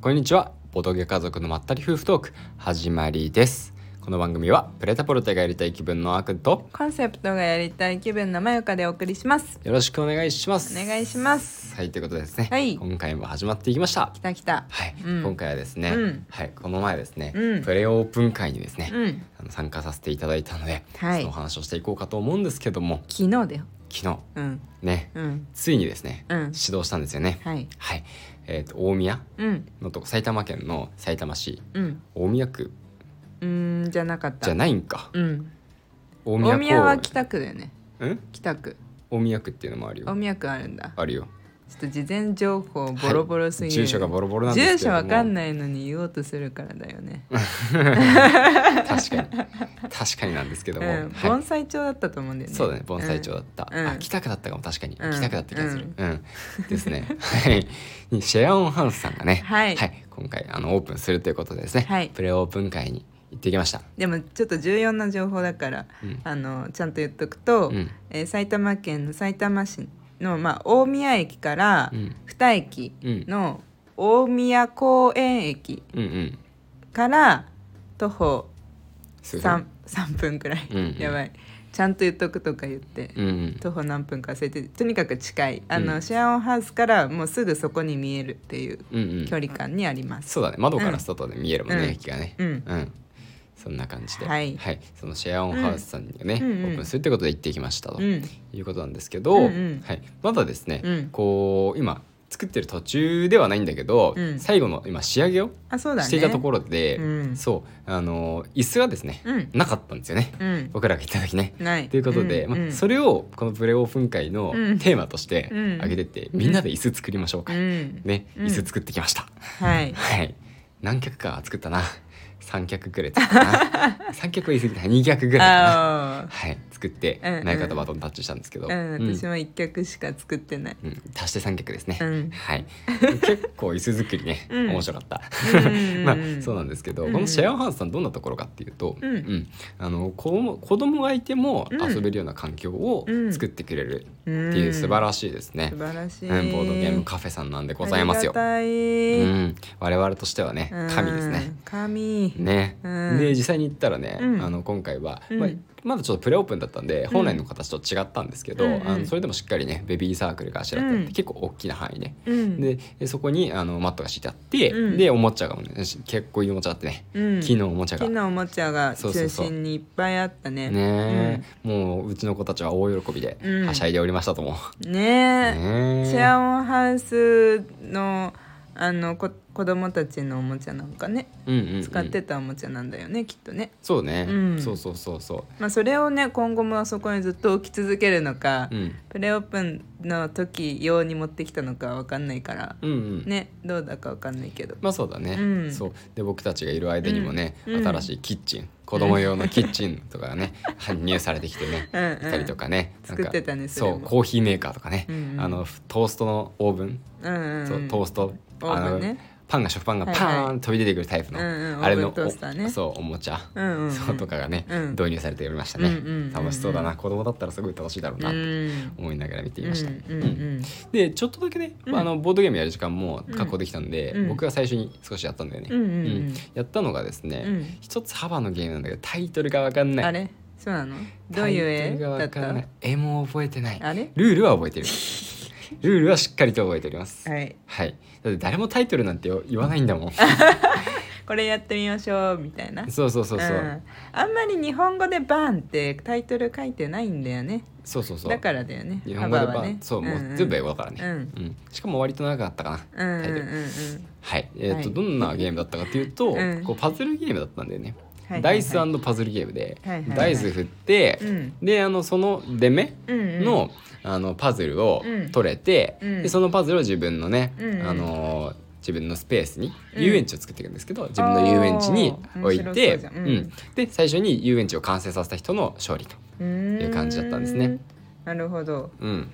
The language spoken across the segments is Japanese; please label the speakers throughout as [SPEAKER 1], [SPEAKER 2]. [SPEAKER 1] こんにちはボトゲ家族のまったり夫婦トーク始まりですこの番組はプレタポルテがやりたい気分のあくんと
[SPEAKER 2] コンセプトがやりたい気分のまゆかでお送りします
[SPEAKER 1] よろしくお願いします
[SPEAKER 2] お願いします
[SPEAKER 1] はいということでですね、
[SPEAKER 2] はい
[SPEAKER 1] 今回も始まっていきました
[SPEAKER 2] きたきた
[SPEAKER 1] はい、
[SPEAKER 2] うん
[SPEAKER 1] 今回はですね、
[SPEAKER 2] うん
[SPEAKER 1] はいこの前ですね、
[SPEAKER 2] うん
[SPEAKER 1] プレオープン会にですね、
[SPEAKER 2] うん
[SPEAKER 1] あの参加させていただいたので、
[SPEAKER 2] はい
[SPEAKER 1] そのお話をしていこうかと思うんですけども
[SPEAKER 2] 昨日だよ
[SPEAKER 1] 昨日
[SPEAKER 2] うん
[SPEAKER 1] ね、
[SPEAKER 2] うん
[SPEAKER 1] ついにですね、
[SPEAKER 2] うん
[SPEAKER 1] 指導したんですよね
[SPEAKER 2] はい
[SPEAKER 1] はい、えっ、と大宮
[SPEAKER 2] うん
[SPEAKER 1] のとこ埼玉県の埼玉市
[SPEAKER 2] うん
[SPEAKER 1] 大宮区
[SPEAKER 2] うーんじゃなかった
[SPEAKER 1] じゃないんか
[SPEAKER 2] うん
[SPEAKER 1] 大
[SPEAKER 2] 大
[SPEAKER 1] 宮
[SPEAKER 2] 宮
[SPEAKER 1] 公
[SPEAKER 2] は
[SPEAKER 1] 園
[SPEAKER 2] 北区だよね
[SPEAKER 1] うん
[SPEAKER 2] 北区
[SPEAKER 1] 大宮区っていうのもある
[SPEAKER 2] 大
[SPEAKER 1] よ
[SPEAKER 2] 宮区あるんだ
[SPEAKER 1] あるよ
[SPEAKER 2] ちょっと事前情報ボロボロすぎる、
[SPEAKER 1] はい住所がボロボロなんですけれ
[SPEAKER 2] 住
[SPEAKER 1] ど
[SPEAKER 2] 所
[SPEAKER 1] も
[SPEAKER 2] わかんないのに言おうとするからだよね、
[SPEAKER 1] 確かに確かになんですけど
[SPEAKER 2] う
[SPEAKER 1] も、
[SPEAKER 2] ん、
[SPEAKER 1] はい
[SPEAKER 2] 盆栽町だったと思うんだよね
[SPEAKER 1] そうだね盆栽町だった、
[SPEAKER 2] うん
[SPEAKER 1] あ北区だったかも確かに、
[SPEAKER 2] うん
[SPEAKER 1] 北区だった気がする、うんですねはい にシェアオンハウスさんがね、
[SPEAKER 2] はい
[SPEAKER 1] 今回あのオープンするということでですね、
[SPEAKER 2] はい
[SPEAKER 1] プレオープン会に行ってきました、
[SPEAKER 2] でもちょっと重要な情報だから、
[SPEAKER 1] うん
[SPEAKER 2] あのちゃんと言っとくと、
[SPEAKER 1] うん
[SPEAKER 2] えー埼玉県の埼玉市の、まあ、大宮駅から
[SPEAKER 1] うん
[SPEAKER 2] 二駅
[SPEAKER 1] うん
[SPEAKER 2] の大宮公園駅
[SPEAKER 1] うんうん
[SPEAKER 2] から徒歩
[SPEAKER 1] すごい
[SPEAKER 2] 3, 3分くらい、
[SPEAKER 1] うんうん
[SPEAKER 2] やばいちゃんと言っとくとか言って、
[SPEAKER 1] うんうん
[SPEAKER 2] 徒歩何分か忘れてとにかく近いあの、
[SPEAKER 1] うん
[SPEAKER 2] シェアオンハウスからもうすぐそこに見えるっていう
[SPEAKER 1] うんうん
[SPEAKER 2] 距離感にあります。
[SPEAKER 1] そうだね窓から外で見えるもんね、
[SPEAKER 2] うん
[SPEAKER 1] 駅がね
[SPEAKER 2] うん
[SPEAKER 1] そんな感じで、
[SPEAKER 2] はい
[SPEAKER 1] そのシェアオンハウスさんにね、
[SPEAKER 2] うんうんうん
[SPEAKER 1] オープンするってことで行ってきましたと
[SPEAKER 2] うん
[SPEAKER 1] いうことなんですけど、
[SPEAKER 2] うんうん
[SPEAKER 1] はい、まだですね、
[SPEAKER 2] うん
[SPEAKER 1] こう今作ってる途中ではないんだけど、
[SPEAKER 2] うん
[SPEAKER 1] 最後の今仕上げを
[SPEAKER 2] あそうだね
[SPEAKER 1] していたところで、
[SPEAKER 2] うん
[SPEAKER 1] そうあの椅子がですね、
[SPEAKER 2] うん
[SPEAKER 1] なかったんですよね、
[SPEAKER 2] うん
[SPEAKER 1] 僕らが行った時ね。
[SPEAKER 2] ない
[SPEAKER 1] ということで、
[SPEAKER 2] うん
[SPEAKER 1] ま
[SPEAKER 2] う
[SPEAKER 1] あ、
[SPEAKER 2] ん
[SPEAKER 1] それをこのプレオープン会の
[SPEAKER 2] うん
[SPEAKER 1] テーマとして挙げてて、みんなで椅子作りましょうか、
[SPEAKER 2] うん
[SPEAKER 1] ね、
[SPEAKER 2] うん
[SPEAKER 1] 椅子作ってきました。
[SPEAKER 2] はい
[SPEAKER 1] はい。何脚か作ったな。三脚くらい作った な。三脚は言い過ぎた。二 脚ぐらいかな。
[SPEAKER 2] あ
[SPEAKER 1] はい。作って、
[SPEAKER 2] うんうん
[SPEAKER 1] 前方バトンタッチしたんですけど。
[SPEAKER 2] あ、うん、
[SPEAKER 1] うん
[SPEAKER 2] 私も一曲しか作ってない。
[SPEAKER 1] うん足して三脚ですね。
[SPEAKER 2] うん
[SPEAKER 1] はい。結構椅子作りね、
[SPEAKER 2] うん
[SPEAKER 1] 面白かった。
[SPEAKER 2] うん
[SPEAKER 1] まあそうなんですけど、
[SPEAKER 2] うん
[SPEAKER 1] このシェアハウスさんどんなところかっていうと、
[SPEAKER 2] うん
[SPEAKER 1] あの子供子供がいても
[SPEAKER 2] うん
[SPEAKER 1] 遊べるような環境を
[SPEAKER 2] うん
[SPEAKER 1] 作ってくれる
[SPEAKER 2] っ
[SPEAKER 1] っ
[SPEAKER 2] て
[SPEAKER 1] ていう素晴
[SPEAKER 2] し
[SPEAKER 1] らしいですね
[SPEAKER 2] 素。晴らしい。
[SPEAKER 1] うん、ボードゲームカフェさんなんでございますよ。
[SPEAKER 2] あ
[SPEAKER 1] う
[SPEAKER 2] り
[SPEAKER 1] ん、我々としてはね
[SPEAKER 2] がたい。
[SPEAKER 1] 神ですね。
[SPEAKER 2] うん。神。
[SPEAKER 1] ね、
[SPEAKER 2] うん
[SPEAKER 1] で実際に行ったらね、
[SPEAKER 2] うん
[SPEAKER 1] あの今回は、
[SPEAKER 2] うん
[SPEAKER 1] まあまだちょっとプレオープンだったんで本来の形と違ったんですけど、
[SPEAKER 2] うんうん
[SPEAKER 1] あのそれでもしっかりねベビーサークルがあしらってあって、
[SPEAKER 2] うん
[SPEAKER 1] 結構大きな範囲ね、
[SPEAKER 2] うん。
[SPEAKER 1] ででそこにあのマットが敷いてあって、
[SPEAKER 2] うん
[SPEAKER 1] でおもちゃがも、ね、し結構いいおもちゃあってね、
[SPEAKER 2] うん、
[SPEAKER 1] 木のおもちゃが。
[SPEAKER 2] 木のおもちゃが
[SPEAKER 1] そうそう
[SPEAKER 2] 中
[SPEAKER 1] そう
[SPEAKER 2] 心にいっぱいあったね。
[SPEAKER 1] ねえもううちの子たちは大喜びで
[SPEAKER 2] うん
[SPEAKER 1] はしゃいでおりましたと思う。
[SPEAKER 2] うんね
[SPEAKER 1] ね
[SPEAKER 2] え。
[SPEAKER 1] え
[SPEAKER 2] シェアオンハウスのあのこ子供たちのおもちゃなんかね
[SPEAKER 1] うんうんうん
[SPEAKER 2] 使ってたおもちゃなんだよね、きっとね。
[SPEAKER 1] そうね、
[SPEAKER 2] うん
[SPEAKER 1] そうそうそうそ
[SPEAKER 2] まあそれをね今後もあそこにずっと置き続けるのか、
[SPEAKER 1] う、うん、
[SPEAKER 2] プレオープンの時用に持ってきたのかわかんないから、
[SPEAKER 1] うんうん
[SPEAKER 2] ねどうだかわかんないけど、
[SPEAKER 1] まあそうだね、
[SPEAKER 2] うん
[SPEAKER 1] そうで僕たちがいる間にもね、
[SPEAKER 2] うん
[SPEAKER 1] 新しいキッチン子供用のキッチンとかが ね搬入されてきてね
[SPEAKER 2] うんう
[SPEAKER 1] い
[SPEAKER 2] ん
[SPEAKER 1] たりとかねなんか
[SPEAKER 2] 作ってたねそ
[SPEAKER 1] そ
[SPEAKER 2] れも
[SPEAKER 1] うコーヒーメーカーとかね、
[SPEAKER 2] うんうん
[SPEAKER 1] あのトーストのオーブン、
[SPEAKER 2] うんうんうん、
[SPEAKER 1] そうトースト
[SPEAKER 2] オーブンね
[SPEAKER 1] あのパンが食パンがパ
[SPEAKER 2] はい
[SPEAKER 1] ー
[SPEAKER 2] は
[SPEAKER 1] ン飛び出てくるタイプの、
[SPEAKER 2] うんうん
[SPEAKER 1] あれの
[SPEAKER 2] オーブントースターね
[SPEAKER 1] おそうおもちゃ、
[SPEAKER 2] うんうんうん
[SPEAKER 1] そうとかがね、
[SPEAKER 2] うん
[SPEAKER 1] 導入されておりましたね、
[SPEAKER 2] うんうんうん
[SPEAKER 1] 楽しそうだな子供だったらすごい楽しいだろうな、
[SPEAKER 2] うん
[SPEAKER 1] 思いながら見ていました。
[SPEAKER 2] うんうん
[SPEAKER 1] うん
[SPEAKER 2] うん
[SPEAKER 1] でちょっとだけね、
[SPEAKER 2] うん
[SPEAKER 1] あのボードゲームやる時間も確保できたんで、
[SPEAKER 2] うん
[SPEAKER 1] 僕が最初に少しやったんだよね、
[SPEAKER 2] うんうんうん
[SPEAKER 1] やったのがですね、
[SPEAKER 2] うん
[SPEAKER 1] 一つ幅のゲームなんだけどタイトルが分かんない
[SPEAKER 2] あれそうなのどういう
[SPEAKER 1] タ
[SPEAKER 2] 絵だっ
[SPEAKER 1] イトルが分かんない
[SPEAKER 2] た
[SPEAKER 1] 絵も覚えてない
[SPEAKER 2] あれ
[SPEAKER 1] ルールは覚 えてるルールはしっかりと覚えております
[SPEAKER 2] はい
[SPEAKER 1] はいだって誰もタイトルなんてよ言わないんだもん
[SPEAKER 2] これやってみましょうみたいな
[SPEAKER 1] そうそうそうそう、
[SPEAKER 2] ん、あんまり日本語で「バン」ってタイトル書いてないんだよね
[SPEAKER 1] そうそうそう
[SPEAKER 2] だからだよね
[SPEAKER 1] 日本語で
[SPEAKER 2] 幅
[SPEAKER 1] ば、
[SPEAKER 2] はね
[SPEAKER 1] そうも
[SPEAKER 2] ん
[SPEAKER 1] うん全部英語だからね、
[SPEAKER 2] うん
[SPEAKER 1] うんしかも割と長かったか
[SPEAKER 2] う
[SPEAKER 1] な、
[SPEAKER 2] んうん
[SPEAKER 1] タイ
[SPEAKER 2] う
[SPEAKER 1] ト
[SPEAKER 2] ん
[SPEAKER 1] ル
[SPEAKER 2] うん
[SPEAKER 1] はい、えっ、と、
[SPEAKER 2] はい
[SPEAKER 1] どんなゲームだったかというと、
[SPEAKER 2] うん
[SPEAKER 1] こうパズルゲームだったんだよね。
[SPEAKER 2] はいはいはい
[SPEAKER 1] ダイスパズルゲームで、
[SPEAKER 2] はいはいはい
[SPEAKER 1] ダイス振って、
[SPEAKER 2] うん
[SPEAKER 1] であのその出目
[SPEAKER 2] うんうん
[SPEAKER 1] の,、あのパズルを
[SPEAKER 2] うん
[SPEAKER 1] 取れて、
[SPEAKER 2] うん
[SPEAKER 1] でそのパズルを自分のね、
[SPEAKER 2] うんうん
[SPEAKER 1] あのー自分のスペースに
[SPEAKER 2] うん
[SPEAKER 1] 遊園地を作っていくんですけど、自分の遊園地に置い
[SPEAKER 2] 面白そ
[SPEAKER 1] て
[SPEAKER 2] うじゃんうん
[SPEAKER 1] で最初に遊園地を完成させた人の勝利と。
[SPEAKER 2] と
[SPEAKER 1] いう感じだったんですね
[SPEAKER 2] なるほど
[SPEAKER 1] うん、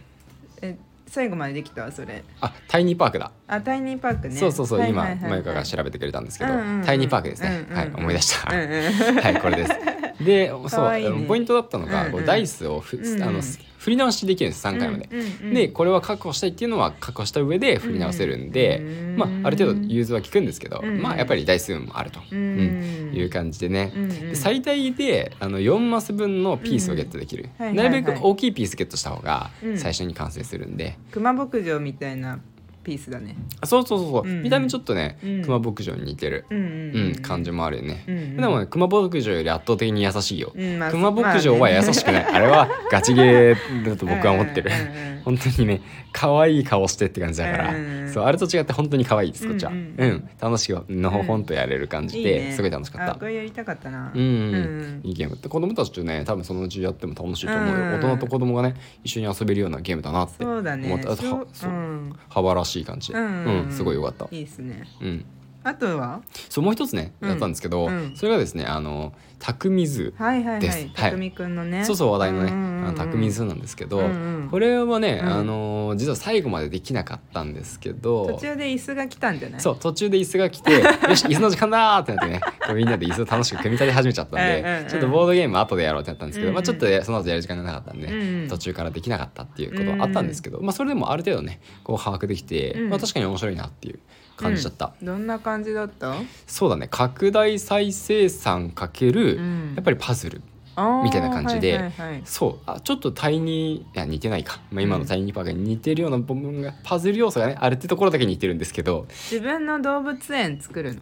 [SPEAKER 2] え最後までできたそれ
[SPEAKER 1] あタイニーパークだ
[SPEAKER 2] あタイニーパークね
[SPEAKER 1] そうそうそう、
[SPEAKER 2] はいはいはいはい
[SPEAKER 1] 今マイカが調べてくれたんですけど、
[SPEAKER 2] うんうんうん
[SPEAKER 1] タイニーパークですね、
[SPEAKER 2] うんう ん
[SPEAKER 1] はい思い出した、
[SPEAKER 2] うんうん
[SPEAKER 1] はいこれですで
[SPEAKER 2] か
[SPEAKER 1] そう、
[SPEAKER 2] わいいね
[SPEAKER 1] ポイントだったのが、
[SPEAKER 2] うんうん
[SPEAKER 1] こうダイスをふ、
[SPEAKER 2] うんうん
[SPEAKER 1] あのす振り直しできるんです3回まで。
[SPEAKER 2] うんうんうん
[SPEAKER 1] でこれは確保したいっていうのは確保した上で振り直せるんで、
[SPEAKER 2] うん
[SPEAKER 1] まあ、ある程度融通は効くんですけど、
[SPEAKER 2] うん
[SPEAKER 1] まあ、やっぱり台数もあると、
[SPEAKER 2] う
[SPEAKER 1] うん
[SPEAKER 2] ん
[SPEAKER 1] いう感じでね、
[SPEAKER 2] うんうん
[SPEAKER 1] で最大であの4マス分のピースをゲットできる、
[SPEAKER 2] うんはい
[SPEAKER 1] なるべ
[SPEAKER 2] はい
[SPEAKER 1] く
[SPEAKER 2] はい
[SPEAKER 1] 大きいピースゲットした方が
[SPEAKER 2] うん
[SPEAKER 1] 最初に完成するんで、
[SPEAKER 2] 熊牧場みたいなピースだね
[SPEAKER 1] あそうそうそうそう、
[SPEAKER 2] うんうん
[SPEAKER 1] 見た目ちょっとね、
[SPEAKER 2] うん
[SPEAKER 1] 熊牧場に似てる、
[SPEAKER 2] うん
[SPEAKER 1] うん感じもあるよね、
[SPEAKER 2] うんうん
[SPEAKER 1] でもね熊牧場より圧倒的に優しいよ、
[SPEAKER 2] うんまあ
[SPEAKER 1] 熊牧場は優しくない、あれはガチゲーだと僕は思ってる、
[SPEAKER 2] う んうんうん
[SPEAKER 1] 本当にね可愛い顔してって感じだから、
[SPEAKER 2] うん
[SPEAKER 1] そうあれと違って本当に可愛いですこっちは、う
[SPEAKER 2] うんん
[SPEAKER 1] 楽しくのほほんとやれる感じで、
[SPEAKER 2] ね
[SPEAKER 1] すごい楽しかった
[SPEAKER 2] あこれやりたかったな
[SPEAKER 1] うん、
[SPEAKER 2] う
[SPEAKER 1] いいゲームって子供たちとね多分そのうちやっても楽しいと思うよ、
[SPEAKER 2] うん
[SPEAKER 1] 大人と子供がね一緒に遊べるようなゲームだなって
[SPEAKER 2] そ
[SPEAKER 1] 思っ
[SPEAKER 2] う
[SPEAKER 1] た
[SPEAKER 2] だね
[SPEAKER 1] あとは
[SPEAKER 2] そ
[SPEAKER 1] そうう
[SPEAKER 2] うん
[SPEAKER 1] 幅らしい感じで、
[SPEAKER 2] うん
[SPEAKER 1] すごい良かった、
[SPEAKER 2] いいですね
[SPEAKER 1] うん、
[SPEAKER 2] あとは
[SPEAKER 1] そうもう一つね
[SPEAKER 2] うん
[SPEAKER 1] やったんですけど、
[SPEAKER 2] うん
[SPEAKER 1] それがですねあの「匠図」
[SPEAKER 2] はいはい
[SPEAKER 1] で
[SPEAKER 2] は
[SPEAKER 1] すはい
[SPEAKER 2] い匠くんのね
[SPEAKER 1] そうそう話題のね
[SPEAKER 2] うんうんうん
[SPEAKER 1] 「あの匠図」なんですけど、
[SPEAKER 2] うんうん
[SPEAKER 1] これはね、
[SPEAKER 2] うん
[SPEAKER 1] あの実は最後までできなかったんですけ
[SPEAKER 2] 途
[SPEAKER 1] ど
[SPEAKER 2] 中で椅子が来たんじゃない
[SPEAKER 1] そう途中で椅子が来 てよし椅子の時間だーってなってねこうみんなで椅子を楽しく組み立て始めちゃったんで
[SPEAKER 2] うんうんうん
[SPEAKER 1] ちょっとボードゲーム後でやろうってなったんですけど、
[SPEAKER 2] うんうん
[SPEAKER 1] まあ、ちょっとその後やる時間がなかったんで、
[SPEAKER 2] うんうん
[SPEAKER 1] 途中からできなかったっていうことはあったんですけど、まあ、それでもある程度ねこう把握できて、
[SPEAKER 2] うん
[SPEAKER 1] まあ、確かに面白いなっていう感じだった、
[SPEAKER 2] うんどんな感じだった
[SPEAKER 1] そうだね拡大再生産かける
[SPEAKER 2] うん
[SPEAKER 1] やっぱりパズル
[SPEAKER 2] あー
[SPEAKER 1] みたいな感じで
[SPEAKER 2] はいはいはい
[SPEAKER 1] そうあちょっとタイニーいや似てないか、まあ、今のタイニーパークに似てるような部分がパズル要素がねあるってところだけ似てるんですけど
[SPEAKER 2] 自分の動物園作るの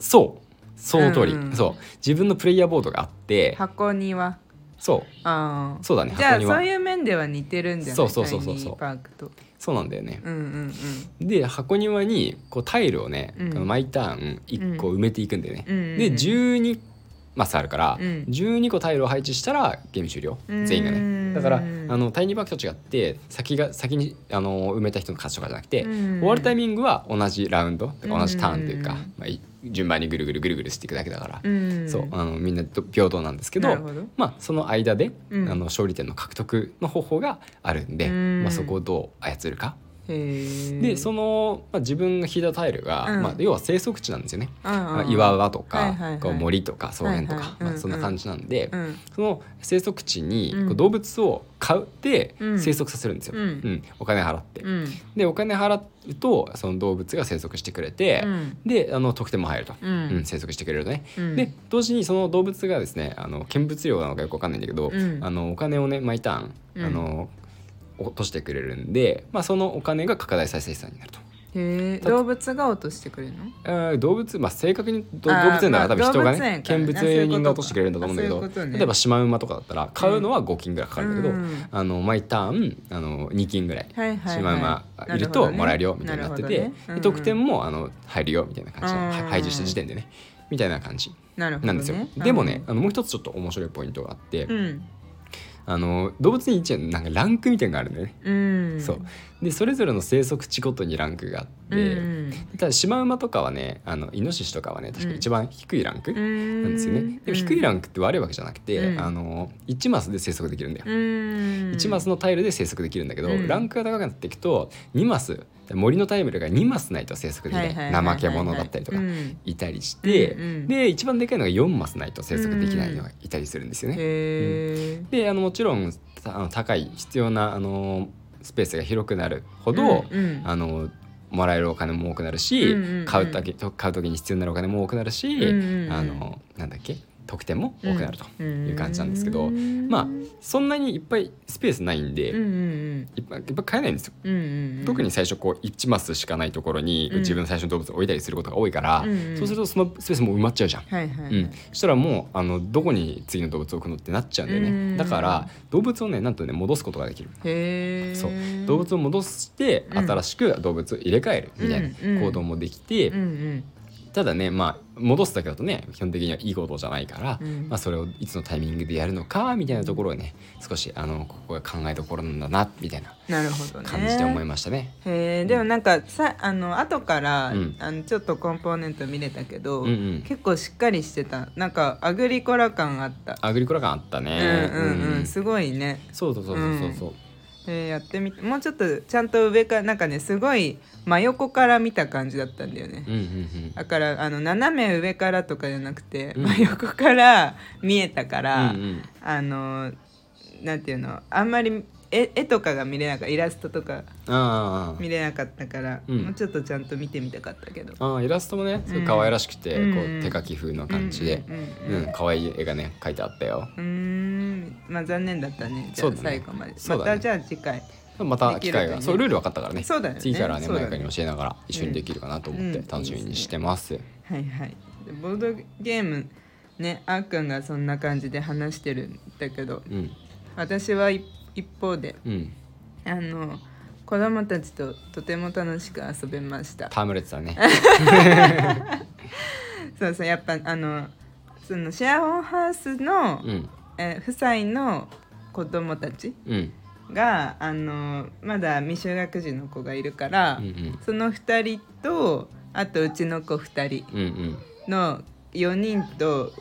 [SPEAKER 1] そうその通り、
[SPEAKER 2] うん
[SPEAKER 1] そう自分のプレイヤーボードがあって
[SPEAKER 2] 箱庭
[SPEAKER 1] そ
[SPEAKER 2] あー
[SPEAKER 1] うそうだね
[SPEAKER 2] じゃ
[SPEAKER 1] 箱
[SPEAKER 2] あ
[SPEAKER 1] 庭
[SPEAKER 2] そういう面では似てるんじゃない
[SPEAKER 1] そうそうそうそうそう
[SPEAKER 2] タイニーパークと
[SPEAKER 1] そうなんだよね
[SPEAKER 2] うんうん
[SPEAKER 1] で箱庭にこうタイルをね、
[SPEAKER 2] うん
[SPEAKER 1] この毎ターン1個埋めていくんだよね、
[SPEAKER 2] うんうんうん
[SPEAKER 1] で12マスあるから、
[SPEAKER 2] うん
[SPEAKER 1] 12個タイルを配置したらゲーム終了
[SPEAKER 2] うん
[SPEAKER 1] 全員がねだからあのタイニーバックと違って先が先にあの埋めた人の勝ちとかじゃなくて、
[SPEAKER 2] うん
[SPEAKER 1] 終わるタイミングは同じラウンドとか同じターンというか、
[SPEAKER 2] うん
[SPEAKER 1] まあ、い順番にぐるぐるぐるぐるしていくだけだから、
[SPEAKER 2] うんうん
[SPEAKER 1] そうあのみんなと平等なんですけど
[SPEAKER 2] なるほど
[SPEAKER 1] まあ、その間で、
[SPEAKER 2] うん
[SPEAKER 1] あの勝利点の獲得の方法があるんで、
[SPEAKER 2] うん
[SPEAKER 1] まあ、そこをどう操るか。
[SPEAKER 2] へ
[SPEAKER 1] でそ
[SPEAKER 2] の
[SPEAKER 1] の、まあ、自分が引いたタイルが、
[SPEAKER 2] うん
[SPEAKER 1] まあ、要は生息地なんですよね。まあ、岩場とか、
[SPEAKER 2] はいはいはい
[SPEAKER 1] こう森とか草原とか、
[SPEAKER 2] はいはいうんうん
[SPEAKER 1] まあ、そんな感じなんで、
[SPEAKER 2] うん
[SPEAKER 1] その生息地に
[SPEAKER 2] うん
[SPEAKER 1] こう動物を買って
[SPEAKER 2] うん
[SPEAKER 1] 生息させるんですよ、
[SPEAKER 2] うん
[SPEAKER 1] お金払って。
[SPEAKER 2] うん
[SPEAKER 1] でお金払うとその動物が生息してくれて、
[SPEAKER 2] うん
[SPEAKER 1] であの得点も入ると、
[SPEAKER 2] う
[SPEAKER 1] うん
[SPEAKER 2] ん
[SPEAKER 1] 生息してくれるとね、
[SPEAKER 2] うん
[SPEAKER 1] で同時にその動物がですねあの見物料なのかよくわかんないんだけど、
[SPEAKER 2] うん
[SPEAKER 1] あのお金をね毎ターン、
[SPEAKER 2] うん
[SPEAKER 1] あの落としてくれるんで、まあ、そのお金が拡大再生産になると。
[SPEAKER 2] へえ
[SPEAKER 1] た
[SPEAKER 2] 動物が落としてくれるの
[SPEAKER 1] えー動物、まあ、正確にど
[SPEAKER 2] あー
[SPEAKER 1] 動物園なら多分
[SPEAKER 2] まあ
[SPEAKER 1] 人が
[SPEAKER 2] 動物
[SPEAKER 1] ね
[SPEAKER 2] 園から
[SPEAKER 1] 見
[SPEAKER 2] ね
[SPEAKER 1] 物人が落としてくれるんだと思うんだけ
[SPEAKER 2] そういうこ
[SPEAKER 1] ど
[SPEAKER 2] とかそういうことね
[SPEAKER 1] 例えばシマウマとかだったら買うのは5金ぐらいかかるんだけど、
[SPEAKER 2] うん
[SPEAKER 1] あの毎ターンあの2金ぐらい
[SPEAKER 2] はいはいはい
[SPEAKER 1] シマウマいる
[SPEAKER 2] なほ
[SPEAKER 1] と
[SPEAKER 2] どね
[SPEAKER 1] もらえるよみたいになってて、
[SPEAKER 2] るほどねうん
[SPEAKER 1] で
[SPEAKER 2] うん
[SPEAKER 1] 得点もあの入るよみたいな感じで
[SPEAKER 2] うん
[SPEAKER 1] は配置した時点でねみたいな感じ
[SPEAKER 2] なるほ
[SPEAKER 1] な
[SPEAKER 2] どね
[SPEAKER 1] んですよ。でもね、
[SPEAKER 2] う
[SPEAKER 1] あのもう一つちょっと面白いポイントがあって、
[SPEAKER 2] ん
[SPEAKER 1] あの動物に一応なんかランクみたいなのがあるんだよね。
[SPEAKER 2] うん
[SPEAKER 1] そうでそれぞれの生息地ごとにランクがあって、
[SPEAKER 2] うん
[SPEAKER 1] ただシマウマとかはねあのイノシシとかはね確か一番低いランク
[SPEAKER 2] う
[SPEAKER 1] なん
[SPEAKER 2] ん
[SPEAKER 1] ですよね、でも低いランクって悪いわけじゃなくて、
[SPEAKER 2] うん
[SPEAKER 1] あの1マスで生息できるんだよ、
[SPEAKER 2] うん
[SPEAKER 1] 1マスのタイルで生息できるんだけど、
[SPEAKER 2] うん
[SPEAKER 1] ランクが高くなっていくと2マス森のタイムルが2マスないと生息できない,、
[SPEAKER 2] はいはいはいはい
[SPEAKER 1] 怠け者だったりとか
[SPEAKER 2] うん
[SPEAKER 1] いたりして、
[SPEAKER 2] うんうん
[SPEAKER 1] で一番でかいのが4マスないと生息できないのがいたりするんですよね。
[SPEAKER 2] へえ
[SPEAKER 1] であのもちろんたあの高い必要なあのスペースが広くなるほど、
[SPEAKER 2] うんうん
[SPEAKER 1] あのもらえるお金も多くなるし、
[SPEAKER 2] うんうんうん
[SPEAKER 1] 買うだけと買う時に必要になるお金も多くなるし、
[SPEAKER 2] うんうんうん
[SPEAKER 1] あのなんだっけ得点も多くなると
[SPEAKER 2] うん
[SPEAKER 1] いう感じなんですけど、
[SPEAKER 2] うん
[SPEAKER 1] まあそんなにいっぱいスペースないんで、
[SPEAKER 2] うんうん
[SPEAKER 1] いっぱいいっぱい買えないんですよ。
[SPEAKER 2] うんうんうん
[SPEAKER 1] 特に最初こう1マスしかないところに
[SPEAKER 2] うん
[SPEAKER 1] 自分の最初の動物を置いたりすることが多いから、
[SPEAKER 2] うんうん
[SPEAKER 1] そうするとそのスペースもう埋まっちゃうじゃん。
[SPEAKER 2] はいはいは
[SPEAKER 1] うん
[SPEAKER 2] い、
[SPEAKER 1] そしたらもうあのどこに次の動物を置くのってなっちゃうんだよね、
[SPEAKER 2] うん
[SPEAKER 1] だから動物をねなんとね戻すことができる
[SPEAKER 2] へえ
[SPEAKER 1] そう動物を戻して
[SPEAKER 2] うん
[SPEAKER 1] 新しく動物を入れ替えるみた
[SPEAKER 2] う
[SPEAKER 1] い
[SPEAKER 2] ん
[SPEAKER 1] な
[SPEAKER 2] う
[SPEAKER 1] ん行動もできて、
[SPEAKER 2] うんうん
[SPEAKER 1] ただねまあ戻すだけだとね基本的にはいいことじゃないから、
[SPEAKER 2] うん
[SPEAKER 1] まあ、それをいつのタイミングでやるのかみたいなところをね少しあのここが考えどころなんだなみたいな
[SPEAKER 2] なるほどね
[SPEAKER 1] 感じで思いましたね。
[SPEAKER 2] へえでもなんかさあの後から、
[SPEAKER 1] うん
[SPEAKER 2] あのちょっとコンポーネント見れたけど、
[SPEAKER 1] うんうん
[SPEAKER 2] 結構しっかりしてたなんかアグリコラ感あった、
[SPEAKER 1] アグリコラ感あったね、
[SPEAKER 2] うんうんうん、
[SPEAKER 1] うん
[SPEAKER 2] すごいね
[SPEAKER 1] そうそうそうそうそう、
[SPEAKER 2] えーやってみてもうちょっとちゃんと上からなんかねすごい真横から見た感じだったんだよね
[SPEAKER 1] うんうんうん
[SPEAKER 2] だからあの斜め上からとかじゃなくて、
[SPEAKER 1] うん
[SPEAKER 2] 真横から見えたから、
[SPEAKER 1] うんうん
[SPEAKER 2] あのなんていうのあんまり絵絵とかが見れなかったイラストとか
[SPEAKER 1] あー
[SPEAKER 2] 見れなかったから、
[SPEAKER 1] うん
[SPEAKER 2] もうちょっとちゃんと見てみたかったけど。
[SPEAKER 1] あーイラストもねすごい可愛らしくて、
[SPEAKER 2] うん
[SPEAKER 1] こ
[SPEAKER 2] うん
[SPEAKER 1] う手書き風の感じで、
[SPEAKER 2] うん
[SPEAKER 1] うん
[SPEAKER 2] うんうん
[SPEAKER 1] 可愛い絵がね描いてあったよ
[SPEAKER 2] うーんまあ残念だったねじゃ
[SPEAKER 1] そう
[SPEAKER 2] あ
[SPEAKER 1] だね
[SPEAKER 2] 最後まで、
[SPEAKER 1] そう
[SPEAKER 2] ま
[SPEAKER 1] だね
[SPEAKER 2] たじゃあ次回
[SPEAKER 1] ま
[SPEAKER 2] で
[SPEAKER 1] た
[SPEAKER 2] き
[SPEAKER 1] 機
[SPEAKER 2] ると
[SPEAKER 1] 会
[SPEAKER 2] ね
[SPEAKER 1] がそうルール分かったからね
[SPEAKER 2] そうだよね
[SPEAKER 1] 次からね
[SPEAKER 2] そうだね
[SPEAKER 1] 毎回に教えながら一緒にできるかなと思って
[SPEAKER 2] うん
[SPEAKER 1] 楽しみにしてます、
[SPEAKER 2] はいはいでボードゲームねあっくんがそんな感じで話してるんだけど
[SPEAKER 1] うん
[SPEAKER 2] 私は一一方で
[SPEAKER 1] うん
[SPEAKER 2] あの子供たちととても楽しく遊べました
[SPEAKER 1] 戯れてたね
[SPEAKER 2] そうそうやっぱあのそのシェアホンハウス
[SPEAKER 1] う
[SPEAKER 2] の、
[SPEAKER 1] ん
[SPEAKER 2] えー夫妻の子供たち
[SPEAKER 1] うん
[SPEAKER 2] があのまだ未就学児の子がいるから、
[SPEAKER 1] うんうん
[SPEAKER 2] その2人とあとうちの子2人
[SPEAKER 1] うんうん
[SPEAKER 2] の4人と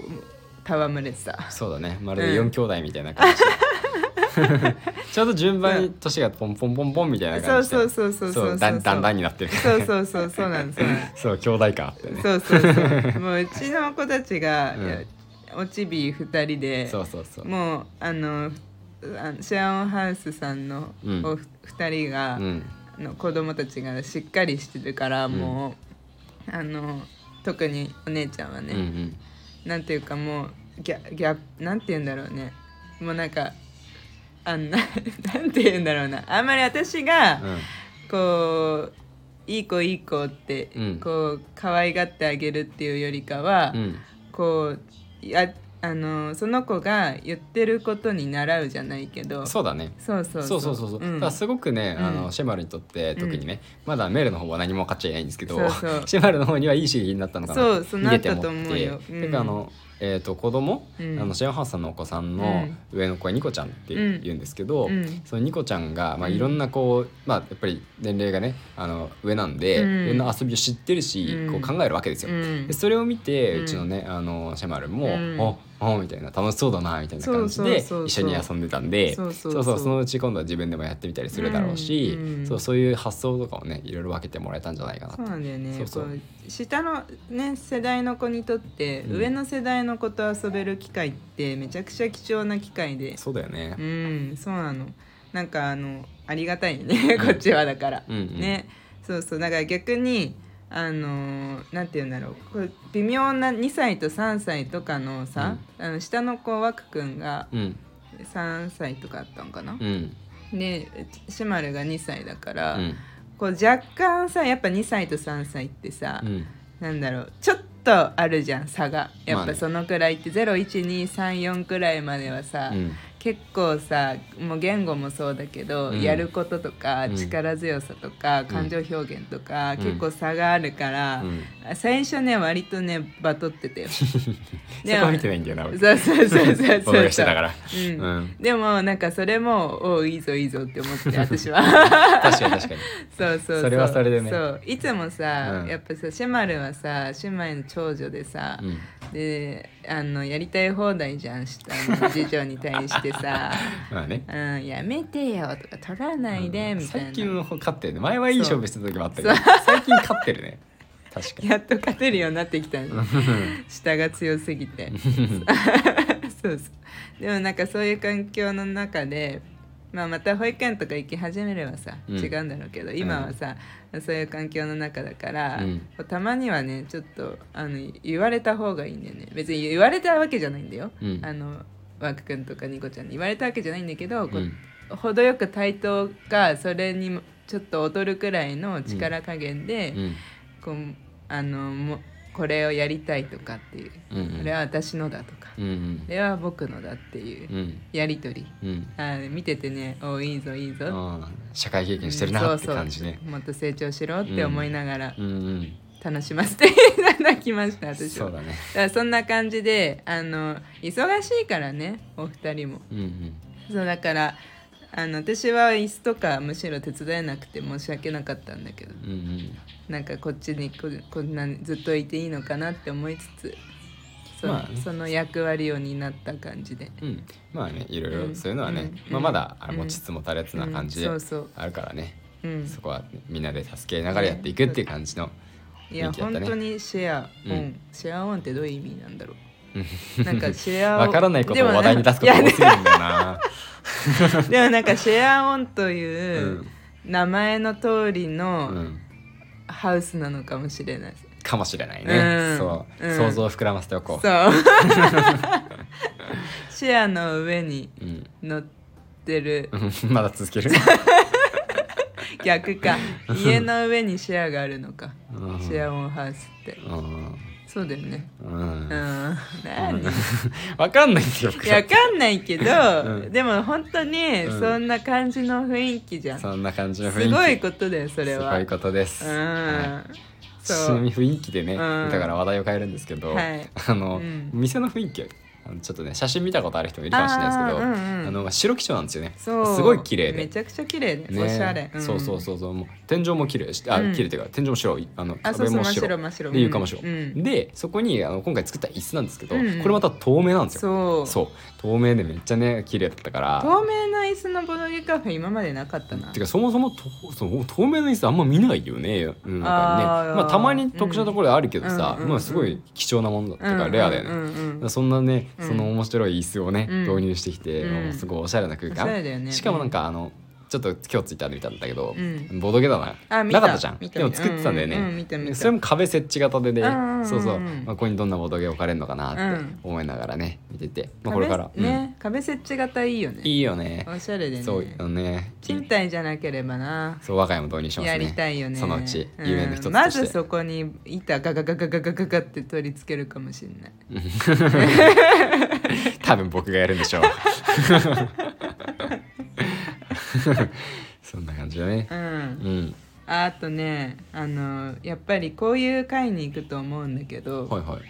[SPEAKER 2] 戯れてた
[SPEAKER 1] そうだねまるで
[SPEAKER 2] う
[SPEAKER 1] 4
[SPEAKER 2] ん
[SPEAKER 1] 兄弟みたいな感じでちょうど順番に年がポンポンポンポンみたいな
[SPEAKER 2] そ
[SPEAKER 1] 感
[SPEAKER 2] う
[SPEAKER 1] じで
[SPEAKER 2] そうそうそうそうそう
[SPEAKER 1] だんだんだん
[SPEAKER 2] に
[SPEAKER 1] になってる
[SPEAKER 2] そうそうそうそうなんですそうなんです
[SPEAKER 1] そう兄弟感あってね
[SPEAKER 2] そうそ うそうもううちの子たちが、
[SPEAKER 1] うん
[SPEAKER 2] いやおちび2人で
[SPEAKER 1] そうそうそう
[SPEAKER 2] もうあのあのシェアオンハウスさんの、
[SPEAKER 1] うん
[SPEAKER 2] お2人が、
[SPEAKER 1] うん
[SPEAKER 2] あの子供たちがしっかりしてるから、
[SPEAKER 1] ん
[SPEAKER 2] もうあの特にお姉ちゃんは
[SPEAKER 1] う
[SPEAKER 2] ね、
[SPEAKER 1] んうん
[SPEAKER 2] なんていうかもうギャギャなんて言うんだろうねもうなんかあのな なんて言うんだろうなあんまり私が、
[SPEAKER 1] うん
[SPEAKER 2] こういい子いい子って、
[SPEAKER 1] うん
[SPEAKER 2] こう可愛がってあげるっていうよりかは、
[SPEAKER 1] うん
[SPEAKER 2] こうやあのその子が言ってることに習うじゃないけど
[SPEAKER 1] そうだね
[SPEAKER 2] そうそう
[SPEAKER 1] そうそうそうそう、
[SPEAKER 2] ん
[SPEAKER 1] だからすごくね、あ
[SPEAKER 2] うん
[SPEAKER 1] のシェマルにとって特にね、まだメールの方は何も買っちゃいないんですけど
[SPEAKER 2] そう そう
[SPEAKER 1] シェマルの方にはいい刺激になったのかな
[SPEAKER 2] そうそう
[SPEAKER 1] 逃げて
[SPEAKER 2] なったと思うようん
[SPEAKER 1] てかあのえー、と子供、
[SPEAKER 2] うん
[SPEAKER 1] あのシェアハウスさんのお子さんの上の子はニコちゃんって言うんですけど、
[SPEAKER 2] うん
[SPEAKER 1] そのニコちゃんが、まあ、
[SPEAKER 2] うん
[SPEAKER 1] いろんなこう、まあ、やっぱり年齢がねあの上なんで、
[SPEAKER 2] うん
[SPEAKER 1] いろんな遊びを知ってるし、
[SPEAKER 2] うん
[SPEAKER 1] こう考えるわけですよ。
[SPEAKER 2] うん
[SPEAKER 1] でそれを見て、
[SPEAKER 2] う
[SPEAKER 1] うんちのねあのシェマルも「
[SPEAKER 2] うん
[SPEAKER 1] おおみたいな楽しそうだなみたいな感じで
[SPEAKER 2] そうそうそう
[SPEAKER 1] 一緒に遊んでたんで
[SPEAKER 2] そうそうそ
[SPEAKER 1] そううそうそのうち今度は自分でもやってみたりするだろうし、
[SPEAKER 2] うんうん
[SPEAKER 1] そうそういう発想とかをねいろいろ分けてもらえたんじゃないかな
[SPEAKER 2] そうなんだよね
[SPEAKER 1] そうそう
[SPEAKER 2] こう下の、ね、世代の子にとって、
[SPEAKER 1] うん
[SPEAKER 2] 上の世代の子と遊べる機会ってめちゃくちゃ貴重な機会で
[SPEAKER 1] そうだよね
[SPEAKER 2] う。んそうなのなんかあのありがたいねこっちはだから、
[SPEAKER 1] うんうん
[SPEAKER 2] ねそうそうだから逆にあのーなんて言うんだろうこう微妙な2歳と3歳とかのさ、あの下の子枠くんが
[SPEAKER 1] うん
[SPEAKER 2] 3歳とかあったのかな
[SPEAKER 1] う、ん
[SPEAKER 2] でシマルが2歳だから、
[SPEAKER 1] うん
[SPEAKER 2] こう若干さやっぱ2歳と3歳ってさ、
[SPEAKER 1] うん
[SPEAKER 2] なんだろうちょっとあるじゃん差がや
[SPEAKER 1] ま
[SPEAKER 2] っ
[SPEAKER 1] あ
[SPEAKER 2] ぱ
[SPEAKER 1] ね
[SPEAKER 2] そのくらいって、01234くらいまではさ、
[SPEAKER 1] うん
[SPEAKER 2] 結構さもう言語もそうだけど、
[SPEAKER 1] うん
[SPEAKER 2] やることとか
[SPEAKER 1] うん
[SPEAKER 2] 力強さとか、感情表現とか、
[SPEAKER 1] ん
[SPEAKER 2] 結構差があるから、
[SPEAKER 1] うん
[SPEAKER 2] 最初ね割とねバトって たよそ
[SPEAKER 1] そこは見てないんだよな俺
[SPEAKER 2] そうそうそうそう
[SPEAKER 1] ボ
[SPEAKER 2] そ
[SPEAKER 1] ロ
[SPEAKER 2] う
[SPEAKER 1] がしてたから
[SPEAKER 2] うん
[SPEAKER 1] うん
[SPEAKER 2] でもなんかそれもおういいぞいいぞって思って 私は
[SPEAKER 1] 確かに確かに
[SPEAKER 2] そうそうう
[SPEAKER 1] それはそれでね
[SPEAKER 2] そういつもさ、
[SPEAKER 1] うん
[SPEAKER 2] やっぱさシェマルはさ姉妹の長女でさ、
[SPEAKER 1] うん
[SPEAKER 2] であのやりたい放題じゃん下の次女に対して さ
[SPEAKER 1] まあね
[SPEAKER 2] うん、やめてよとか取らないで、みたい
[SPEAKER 1] 最
[SPEAKER 2] な
[SPEAKER 1] 近の方勝ってるね前はいい勝負してた時もあったけど最近勝ってるね確かに
[SPEAKER 2] やっと勝てるようになってきたの下が強すぎてそうそうでもなんかそういう環境の中で、まあ、また保育園とか行き始めればさ、
[SPEAKER 1] うん
[SPEAKER 2] 違うんだろうけど今はさ、そういう環境の中だか
[SPEAKER 1] う
[SPEAKER 2] ら、
[SPEAKER 1] ん
[SPEAKER 2] たまにはねちょっとあの言われた方がいいんだよね別に言われたわけじゃないんだよ、
[SPEAKER 1] うん
[SPEAKER 2] あのワク君とかニコちゃんに言われたわけじゃないんだけど、こう
[SPEAKER 1] うん
[SPEAKER 2] 程よく対等かそれにちょっと劣るくらいの力加減で、
[SPEAKER 1] うん
[SPEAKER 2] こうあのもこれをやりたいとかっていう、
[SPEAKER 1] うんうん
[SPEAKER 2] これは私のだとか、
[SPEAKER 1] うんうん
[SPEAKER 2] これは僕のだっていう
[SPEAKER 1] うん
[SPEAKER 2] やり取り、
[SPEAKER 1] うん
[SPEAKER 2] あー見ててねおーいいぞいいぞ、
[SPEAKER 1] あー社会経
[SPEAKER 2] うん
[SPEAKER 1] 験してるなって感じね
[SPEAKER 2] そうそうもっと成長しろって思いながら
[SPEAKER 1] うんうん
[SPEAKER 2] 楽しませていただきました私
[SPEAKER 1] そ
[SPEAKER 2] は
[SPEAKER 1] うだね
[SPEAKER 2] だからそんな感じであの忙しいからねお二人も
[SPEAKER 1] うんうん
[SPEAKER 2] そうだからあの私は椅子とかむしろ手伝えなくて申し訳なかったんだけど
[SPEAKER 1] うんうん
[SPEAKER 2] なんかこっちにここんなにずっといていいのかなって思いつつそ,、
[SPEAKER 1] まあね
[SPEAKER 2] その役割を担った感じで
[SPEAKER 1] うん、まあねいろいろそういうのはね、
[SPEAKER 2] うん
[SPEAKER 1] まあ、
[SPEAKER 2] うん
[SPEAKER 1] まだあの
[SPEAKER 2] うん
[SPEAKER 1] 持ちつ持たれつな感じで
[SPEAKER 2] うんそうそう
[SPEAKER 1] あるからね、
[SPEAKER 2] うん
[SPEAKER 1] そこはみんなで助けながらやっていくっていう感じの、
[SPEAKER 2] いや、
[SPEAKER 1] 雰囲気だっ
[SPEAKER 2] 本
[SPEAKER 1] たね
[SPEAKER 2] 当にシェアオン、
[SPEAKER 1] うん
[SPEAKER 2] シェアオンってどういう意味なんだろうなんかシェアオン
[SPEAKER 1] わからないことを
[SPEAKER 2] でも
[SPEAKER 1] 話題に出すこと
[SPEAKER 2] い
[SPEAKER 1] が
[SPEAKER 2] や
[SPEAKER 1] 多すぎるんだよ な。
[SPEAKER 2] でもなんかシェアオンと
[SPEAKER 1] う
[SPEAKER 2] いうん名前の通り
[SPEAKER 1] う
[SPEAKER 2] の
[SPEAKER 1] ん
[SPEAKER 2] ハウスなのかもしれない、
[SPEAKER 1] かもしれないね、
[SPEAKER 2] うん
[SPEAKER 1] そう、
[SPEAKER 2] うん
[SPEAKER 1] 想像を膨らませておこ
[SPEAKER 2] そう シェアの上に
[SPEAKER 1] う、うん、
[SPEAKER 2] 乗ってる
[SPEAKER 1] うんまだ続ける
[SPEAKER 2] 逆か家の上にシェアがあるのか
[SPEAKER 1] うん
[SPEAKER 2] シェアオンハウスって
[SPEAKER 1] うん
[SPEAKER 2] そうだよね
[SPEAKER 1] うん
[SPEAKER 2] うん何
[SPEAKER 1] わかんないんですよ
[SPEAKER 2] いやわかんないけど、
[SPEAKER 1] うん
[SPEAKER 2] でも本当に
[SPEAKER 1] うん
[SPEAKER 2] そんな感じの雰囲気じゃん、
[SPEAKER 1] そんな感じの雰囲気
[SPEAKER 2] すごいことだよそれは
[SPEAKER 1] すごいことです、
[SPEAKER 2] う
[SPEAKER 1] は
[SPEAKER 2] ん
[SPEAKER 1] いち
[SPEAKER 2] そう
[SPEAKER 1] なみに雰囲気でね、
[SPEAKER 2] うん
[SPEAKER 1] だから話題を変えるんですけど、
[SPEAKER 2] はい
[SPEAKER 1] あの、
[SPEAKER 2] うん
[SPEAKER 1] 店の雰囲気あのちょっとね写真見たことある人もいるかもしれないですけどあ、
[SPEAKER 2] あーうんうん
[SPEAKER 1] の白基調なんですよねす
[SPEAKER 2] そう
[SPEAKER 1] ごい綺麗
[SPEAKER 2] め
[SPEAKER 1] で。
[SPEAKER 2] ちゃくちゃ綺麗で、
[SPEAKER 1] ね、
[SPEAKER 2] おしゃれ、ん
[SPEAKER 1] そうそうそうそうもう天井も綺麗してあ、
[SPEAKER 2] うん
[SPEAKER 1] 綺麗っていうか天井も白いあの
[SPEAKER 2] あそ
[SPEAKER 1] 壁
[SPEAKER 2] うそう
[SPEAKER 1] も
[SPEAKER 2] 真っ
[SPEAKER 1] 白
[SPEAKER 2] 白真っ白
[SPEAKER 1] で床も白、
[SPEAKER 2] うん
[SPEAKER 1] でそこにあの今回作った椅子なんですけど、
[SPEAKER 2] うん
[SPEAKER 1] これまた透明なんですよ
[SPEAKER 2] そう
[SPEAKER 1] そう透明でめっちゃね綺麗だったから
[SPEAKER 2] 透明な椅子のボドゲカフェ今までなかったな
[SPEAKER 1] てかそもそもとそう透明の椅子あんま見ないよねうんなんかね
[SPEAKER 2] あー
[SPEAKER 1] まあ、たまに特殊なところであるけどさ、
[SPEAKER 2] うんうん
[SPEAKER 1] まあ、すごい貴重なものだったから
[SPEAKER 2] うん
[SPEAKER 1] レアだよね、
[SPEAKER 2] うんうんうん
[SPEAKER 1] そんなね
[SPEAKER 2] うん
[SPEAKER 1] その面白い椅子をね、
[SPEAKER 2] うん
[SPEAKER 1] 導入してきて、
[SPEAKER 2] うん
[SPEAKER 1] もうすごいおしゃれな空
[SPEAKER 2] おしゃれ
[SPEAKER 1] 間、
[SPEAKER 2] だよね
[SPEAKER 1] しかもなんかあのちょっと今日ツイッターで見たんだけど、
[SPEAKER 2] うん
[SPEAKER 1] ボードゲだな
[SPEAKER 2] あ見た
[SPEAKER 1] なかったじゃん
[SPEAKER 2] 見た
[SPEAKER 1] でも作ってたんだよね、
[SPEAKER 2] うんうんうん見た見た
[SPEAKER 1] それも壁設置型でね、
[SPEAKER 2] うんうんうん
[SPEAKER 1] そうそう、まあ、ここにどんなボードゲ置かれるのかなって思いながらね見てて、まあ、これから、
[SPEAKER 2] 壁ね、壁設置型いいよ
[SPEAKER 1] う
[SPEAKER 2] ね
[SPEAKER 1] ん、いいよね
[SPEAKER 2] おしゃれでね
[SPEAKER 1] そうよね
[SPEAKER 2] 賃貸じゃなければな
[SPEAKER 1] そう和歌山導入しますね
[SPEAKER 2] やりたいよね
[SPEAKER 1] そのうち
[SPEAKER 2] うん
[SPEAKER 1] 夢の一つとして、
[SPEAKER 2] まずそこに板ガガガガガガガガって取り付けるかもしれない
[SPEAKER 1] 多分僕がやるんで しょうそんな感じだね
[SPEAKER 2] うん
[SPEAKER 1] うん
[SPEAKER 2] ああとねあのやっぱりこういう会に行くと思うんだけど、
[SPEAKER 1] はいはい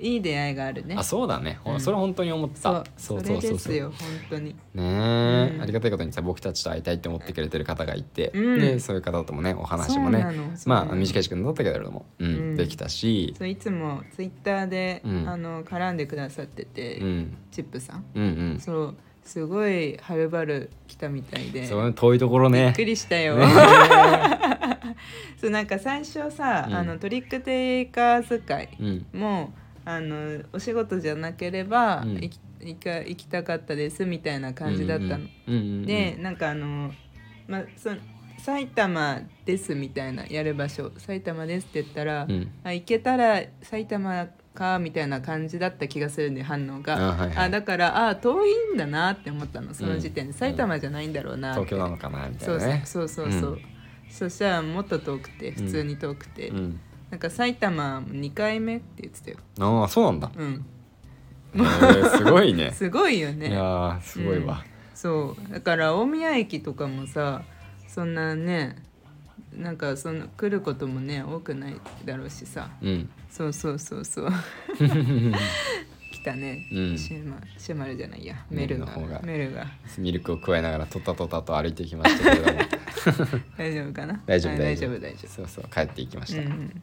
[SPEAKER 2] い、い出会いがあるね
[SPEAKER 1] あそうだね、ほ
[SPEAKER 2] うん
[SPEAKER 1] それ本当に思ってた
[SPEAKER 2] そう
[SPEAKER 1] そう
[SPEAKER 2] れ
[SPEAKER 1] そう
[SPEAKER 2] です
[SPEAKER 1] そう
[SPEAKER 2] よ本当に
[SPEAKER 1] ねえ、
[SPEAKER 2] うん
[SPEAKER 1] ありがたいことにさ僕たちと会いたいって思ってくれてる方がいて、
[SPEAKER 2] うん
[SPEAKER 1] でそういう方ともねお話も
[SPEAKER 2] そうな
[SPEAKER 1] ね
[SPEAKER 2] のそうな
[SPEAKER 1] ま
[SPEAKER 2] の
[SPEAKER 1] あ短い時間だったけれども、うん
[SPEAKER 2] うん
[SPEAKER 1] できたし
[SPEAKER 2] そういつもツイッターで、
[SPEAKER 1] うん
[SPEAKER 2] あの絡んでくださってて、
[SPEAKER 1] うん
[SPEAKER 2] チップさん
[SPEAKER 1] うんうんそ
[SPEAKER 2] そうすごいはるばる来たみたいで
[SPEAKER 1] う遠いところ
[SPEAKER 2] び
[SPEAKER 1] ね
[SPEAKER 2] っくりしたよ、
[SPEAKER 1] ね
[SPEAKER 2] そうなんか最初さ、
[SPEAKER 1] うん
[SPEAKER 2] あのトリックテイカーズ会
[SPEAKER 1] うん
[SPEAKER 2] もあのお仕事じゃなければ、
[SPEAKER 1] うん
[SPEAKER 2] 行き行か行きたかったですみたいな感じだっ
[SPEAKER 1] うんう
[SPEAKER 2] たの。
[SPEAKER 1] んうんうん、
[SPEAKER 2] でなんかあの、まあ、そ埼玉ですみたいなやる場所埼玉ですって言ったら、
[SPEAKER 1] うん
[SPEAKER 2] あ行けたら埼玉かみたいな感じだった気がするんで反応が
[SPEAKER 1] あはいはい
[SPEAKER 2] あだからあ遠いんだなって思ったのその時点
[SPEAKER 1] う
[SPEAKER 2] で、
[SPEAKER 1] ん
[SPEAKER 2] 埼玉じゃないんだろうなって
[SPEAKER 1] 東京なのかなみたい
[SPEAKER 2] そう
[SPEAKER 1] なね
[SPEAKER 2] そうそうそうそう、
[SPEAKER 1] うん
[SPEAKER 2] そしたらもっと遠くて普通に遠くて、
[SPEAKER 1] うん
[SPEAKER 2] なんか埼玉2回目って言ってたよ、
[SPEAKER 1] ああそうなんだ、
[SPEAKER 2] うん、
[SPEAKER 1] えー、すごい ね
[SPEAKER 2] すごいよね
[SPEAKER 1] いやーすごいわ、
[SPEAKER 2] そうだから大宮駅とかもさそんなねなんかその来ることもね多くないだろうしさ
[SPEAKER 1] うん
[SPEAKER 2] そうそうそ うそう来たね、
[SPEAKER 1] うん
[SPEAKER 2] シェマシェマルじゃないやメ
[SPEAKER 1] メ
[SPEAKER 2] ル
[SPEAKER 1] ルの
[SPEAKER 2] が
[SPEAKER 1] 方が
[SPEAKER 2] メルが
[SPEAKER 1] ミルクを加えながらとったとったと歩いていきましたけれども
[SPEAKER 2] 大丈夫かな
[SPEAKER 1] 大丈
[SPEAKER 2] は
[SPEAKER 1] 夫
[SPEAKER 2] い
[SPEAKER 1] 大丈夫
[SPEAKER 2] 大丈
[SPEAKER 1] そうそう帰っていきまし
[SPEAKER 2] 夫
[SPEAKER 1] た
[SPEAKER 2] うんうん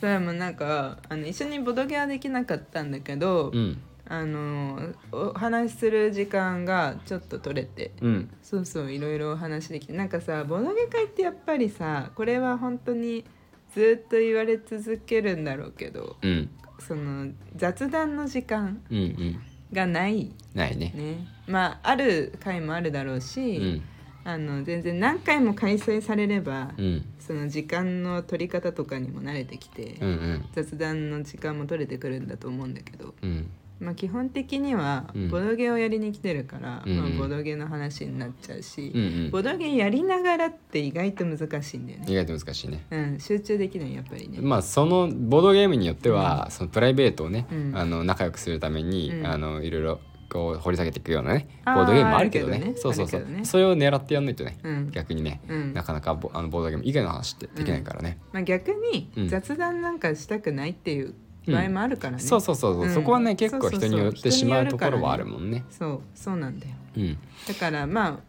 [SPEAKER 2] それもなんかあの一緒にボドゲはできなかったんだけど、
[SPEAKER 1] うん
[SPEAKER 2] あのお話しする時間がちょっと取れて、
[SPEAKER 1] うん
[SPEAKER 2] そうそういろいろお話できてなんかさボドゲ会ってやっぱりさこれは本当にずっと言われ続けるんだろうけど
[SPEAKER 1] うん
[SPEAKER 2] その雑談の時間
[SPEAKER 1] うんうん
[SPEAKER 2] がない
[SPEAKER 1] ないね
[SPEAKER 2] ねまあある回もあるだろう
[SPEAKER 1] う
[SPEAKER 2] し、
[SPEAKER 1] ん
[SPEAKER 2] あの全然何回も開催されれば、
[SPEAKER 1] うん
[SPEAKER 2] その時間の取り方とかにも慣れてきて、
[SPEAKER 1] うんうん
[SPEAKER 2] 雑談の時間も取れてくるんだと思うんだけど、
[SPEAKER 1] うん
[SPEAKER 2] まあ、基本的には
[SPEAKER 1] うん
[SPEAKER 2] ボドゲをやりに来てるから、
[SPEAKER 1] うんうん
[SPEAKER 2] まあ、ボドゲの話になっちゃうし。
[SPEAKER 1] うんうん
[SPEAKER 2] ボドゲやりながらって意外と難しいんだよね。
[SPEAKER 1] 意外と難しいね
[SPEAKER 2] うん、集中できないやっぱりね。
[SPEAKER 1] まあそのボードゲームによっては、そのプライベートをね、
[SPEAKER 2] うん
[SPEAKER 1] あの仲良くするために、
[SPEAKER 2] うん
[SPEAKER 1] あのいろいろこう掘り下げていくようなねボ
[SPEAKER 2] あー
[SPEAKER 1] ードゲームもあるけどね
[SPEAKER 2] あるけどね
[SPEAKER 1] そうそうそ
[SPEAKER 2] あ
[SPEAKER 1] う、
[SPEAKER 2] るけどね
[SPEAKER 1] それを狙ってやんないとね、
[SPEAKER 2] うん
[SPEAKER 1] 逆にね、
[SPEAKER 2] うん
[SPEAKER 1] なかなかボあのボードゲーム以外の話ってできないからね、
[SPEAKER 2] まあ、逆に
[SPEAKER 1] うん
[SPEAKER 2] 雑談なんかしたくないっていう場合もあるからね。
[SPEAKER 1] そうそうそうそう、
[SPEAKER 2] うん
[SPEAKER 1] そこはね結構人によっ
[SPEAKER 2] そうそうそう
[SPEAKER 1] てしまうところはあ
[SPEAKER 2] 人
[SPEAKER 1] る
[SPEAKER 2] に
[SPEAKER 1] もんね
[SPEAKER 2] そうそうなんだよ。
[SPEAKER 1] うん
[SPEAKER 2] だからま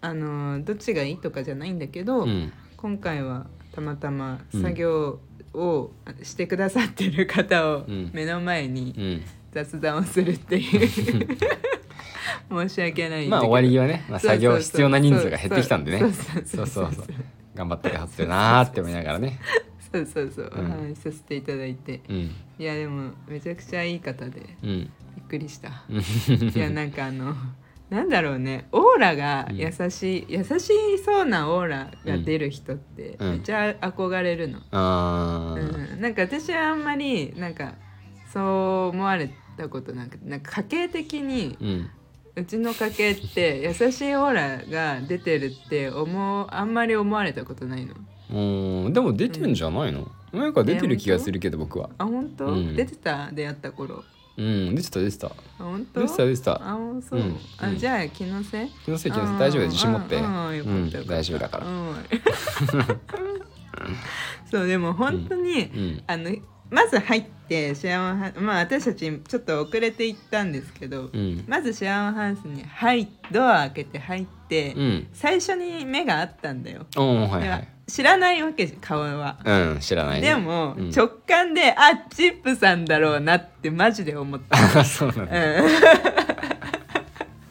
[SPEAKER 2] ああのーどっちがいいとかじゃないんだけど、
[SPEAKER 1] うん
[SPEAKER 2] 今回はたまたま作業をしてくださってる方を
[SPEAKER 1] うん
[SPEAKER 2] 目の前に
[SPEAKER 1] うん
[SPEAKER 2] 雑談をするっ ていう申し訳ないん
[SPEAKER 1] ま
[SPEAKER 2] だ
[SPEAKER 1] あ
[SPEAKER 2] け
[SPEAKER 1] 終
[SPEAKER 2] ど
[SPEAKER 1] わり際ね、まあ、
[SPEAKER 2] そ
[SPEAKER 1] 作
[SPEAKER 2] うそうそう
[SPEAKER 1] 業必要な人数が減ってきたんでね
[SPEAKER 2] そ
[SPEAKER 1] そうう
[SPEAKER 2] そ
[SPEAKER 1] そうう
[SPEAKER 2] そう
[SPEAKER 1] そう頑張った開発だなーって思いながらね
[SPEAKER 2] そうそうそう、
[SPEAKER 1] うん
[SPEAKER 2] お話しさせていただいて
[SPEAKER 1] うん
[SPEAKER 2] いやでもめちゃくちゃいい方で
[SPEAKER 1] うん
[SPEAKER 2] びっくりした
[SPEAKER 1] うん
[SPEAKER 2] いやなんかあのなんだろうねオーラが優しい、優しそうなオーラが出る人って
[SPEAKER 1] うん
[SPEAKER 2] めっちゃ憧れるの、
[SPEAKER 1] あ
[SPEAKER 2] う
[SPEAKER 1] ー
[SPEAKER 2] んなんか私はあんまりなんかそう思われたことなくてなんか家系的に
[SPEAKER 1] うん
[SPEAKER 2] うちの家系って優しいオーラが出てるって思うあんまり思われたことないの
[SPEAKER 1] うんでも出てるんじゃないの、なんか出てる気がするけど僕は
[SPEAKER 2] あ本当、
[SPEAKER 1] うん
[SPEAKER 2] 出てた出会った頃
[SPEAKER 1] うん出てた出てた
[SPEAKER 2] あ本当
[SPEAKER 1] 出てた出てた
[SPEAKER 2] あそう、
[SPEAKER 1] うん
[SPEAKER 2] あ
[SPEAKER 1] うん
[SPEAKER 2] じゃあ気のせい
[SPEAKER 1] 気のせい気のせい大丈夫だよ自信持って
[SPEAKER 2] うんうんうんよかった
[SPEAKER 1] うん大丈夫だから
[SPEAKER 2] うんそうでも本当に、
[SPEAKER 1] うん
[SPEAKER 2] あのまず入ってシェアワンハウスまあ私たちちょっと遅れて行ったんですけど、
[SPEAKER 1] うん
[SPEAKER 2] まずシェアワンハウスに入ドア開けて入って、
[SPEAKER 1] うん
[SPEAKER 2] 最初に目があったんだよ、
[SPEAKER 1] うんはい
[SPEAKER 2] で
[SPEAKER 1] は
[SPEAKER 2] はい知らないわけ顔は。
[SPEAKER 1] うん知らないね
[SPEAKER 2] でも、
[SPEAKER 1] うん
[SPEAKER 2] 直感であチップさんだろうなってマジで 思った
[SPEAKER 1] あ そうなんだ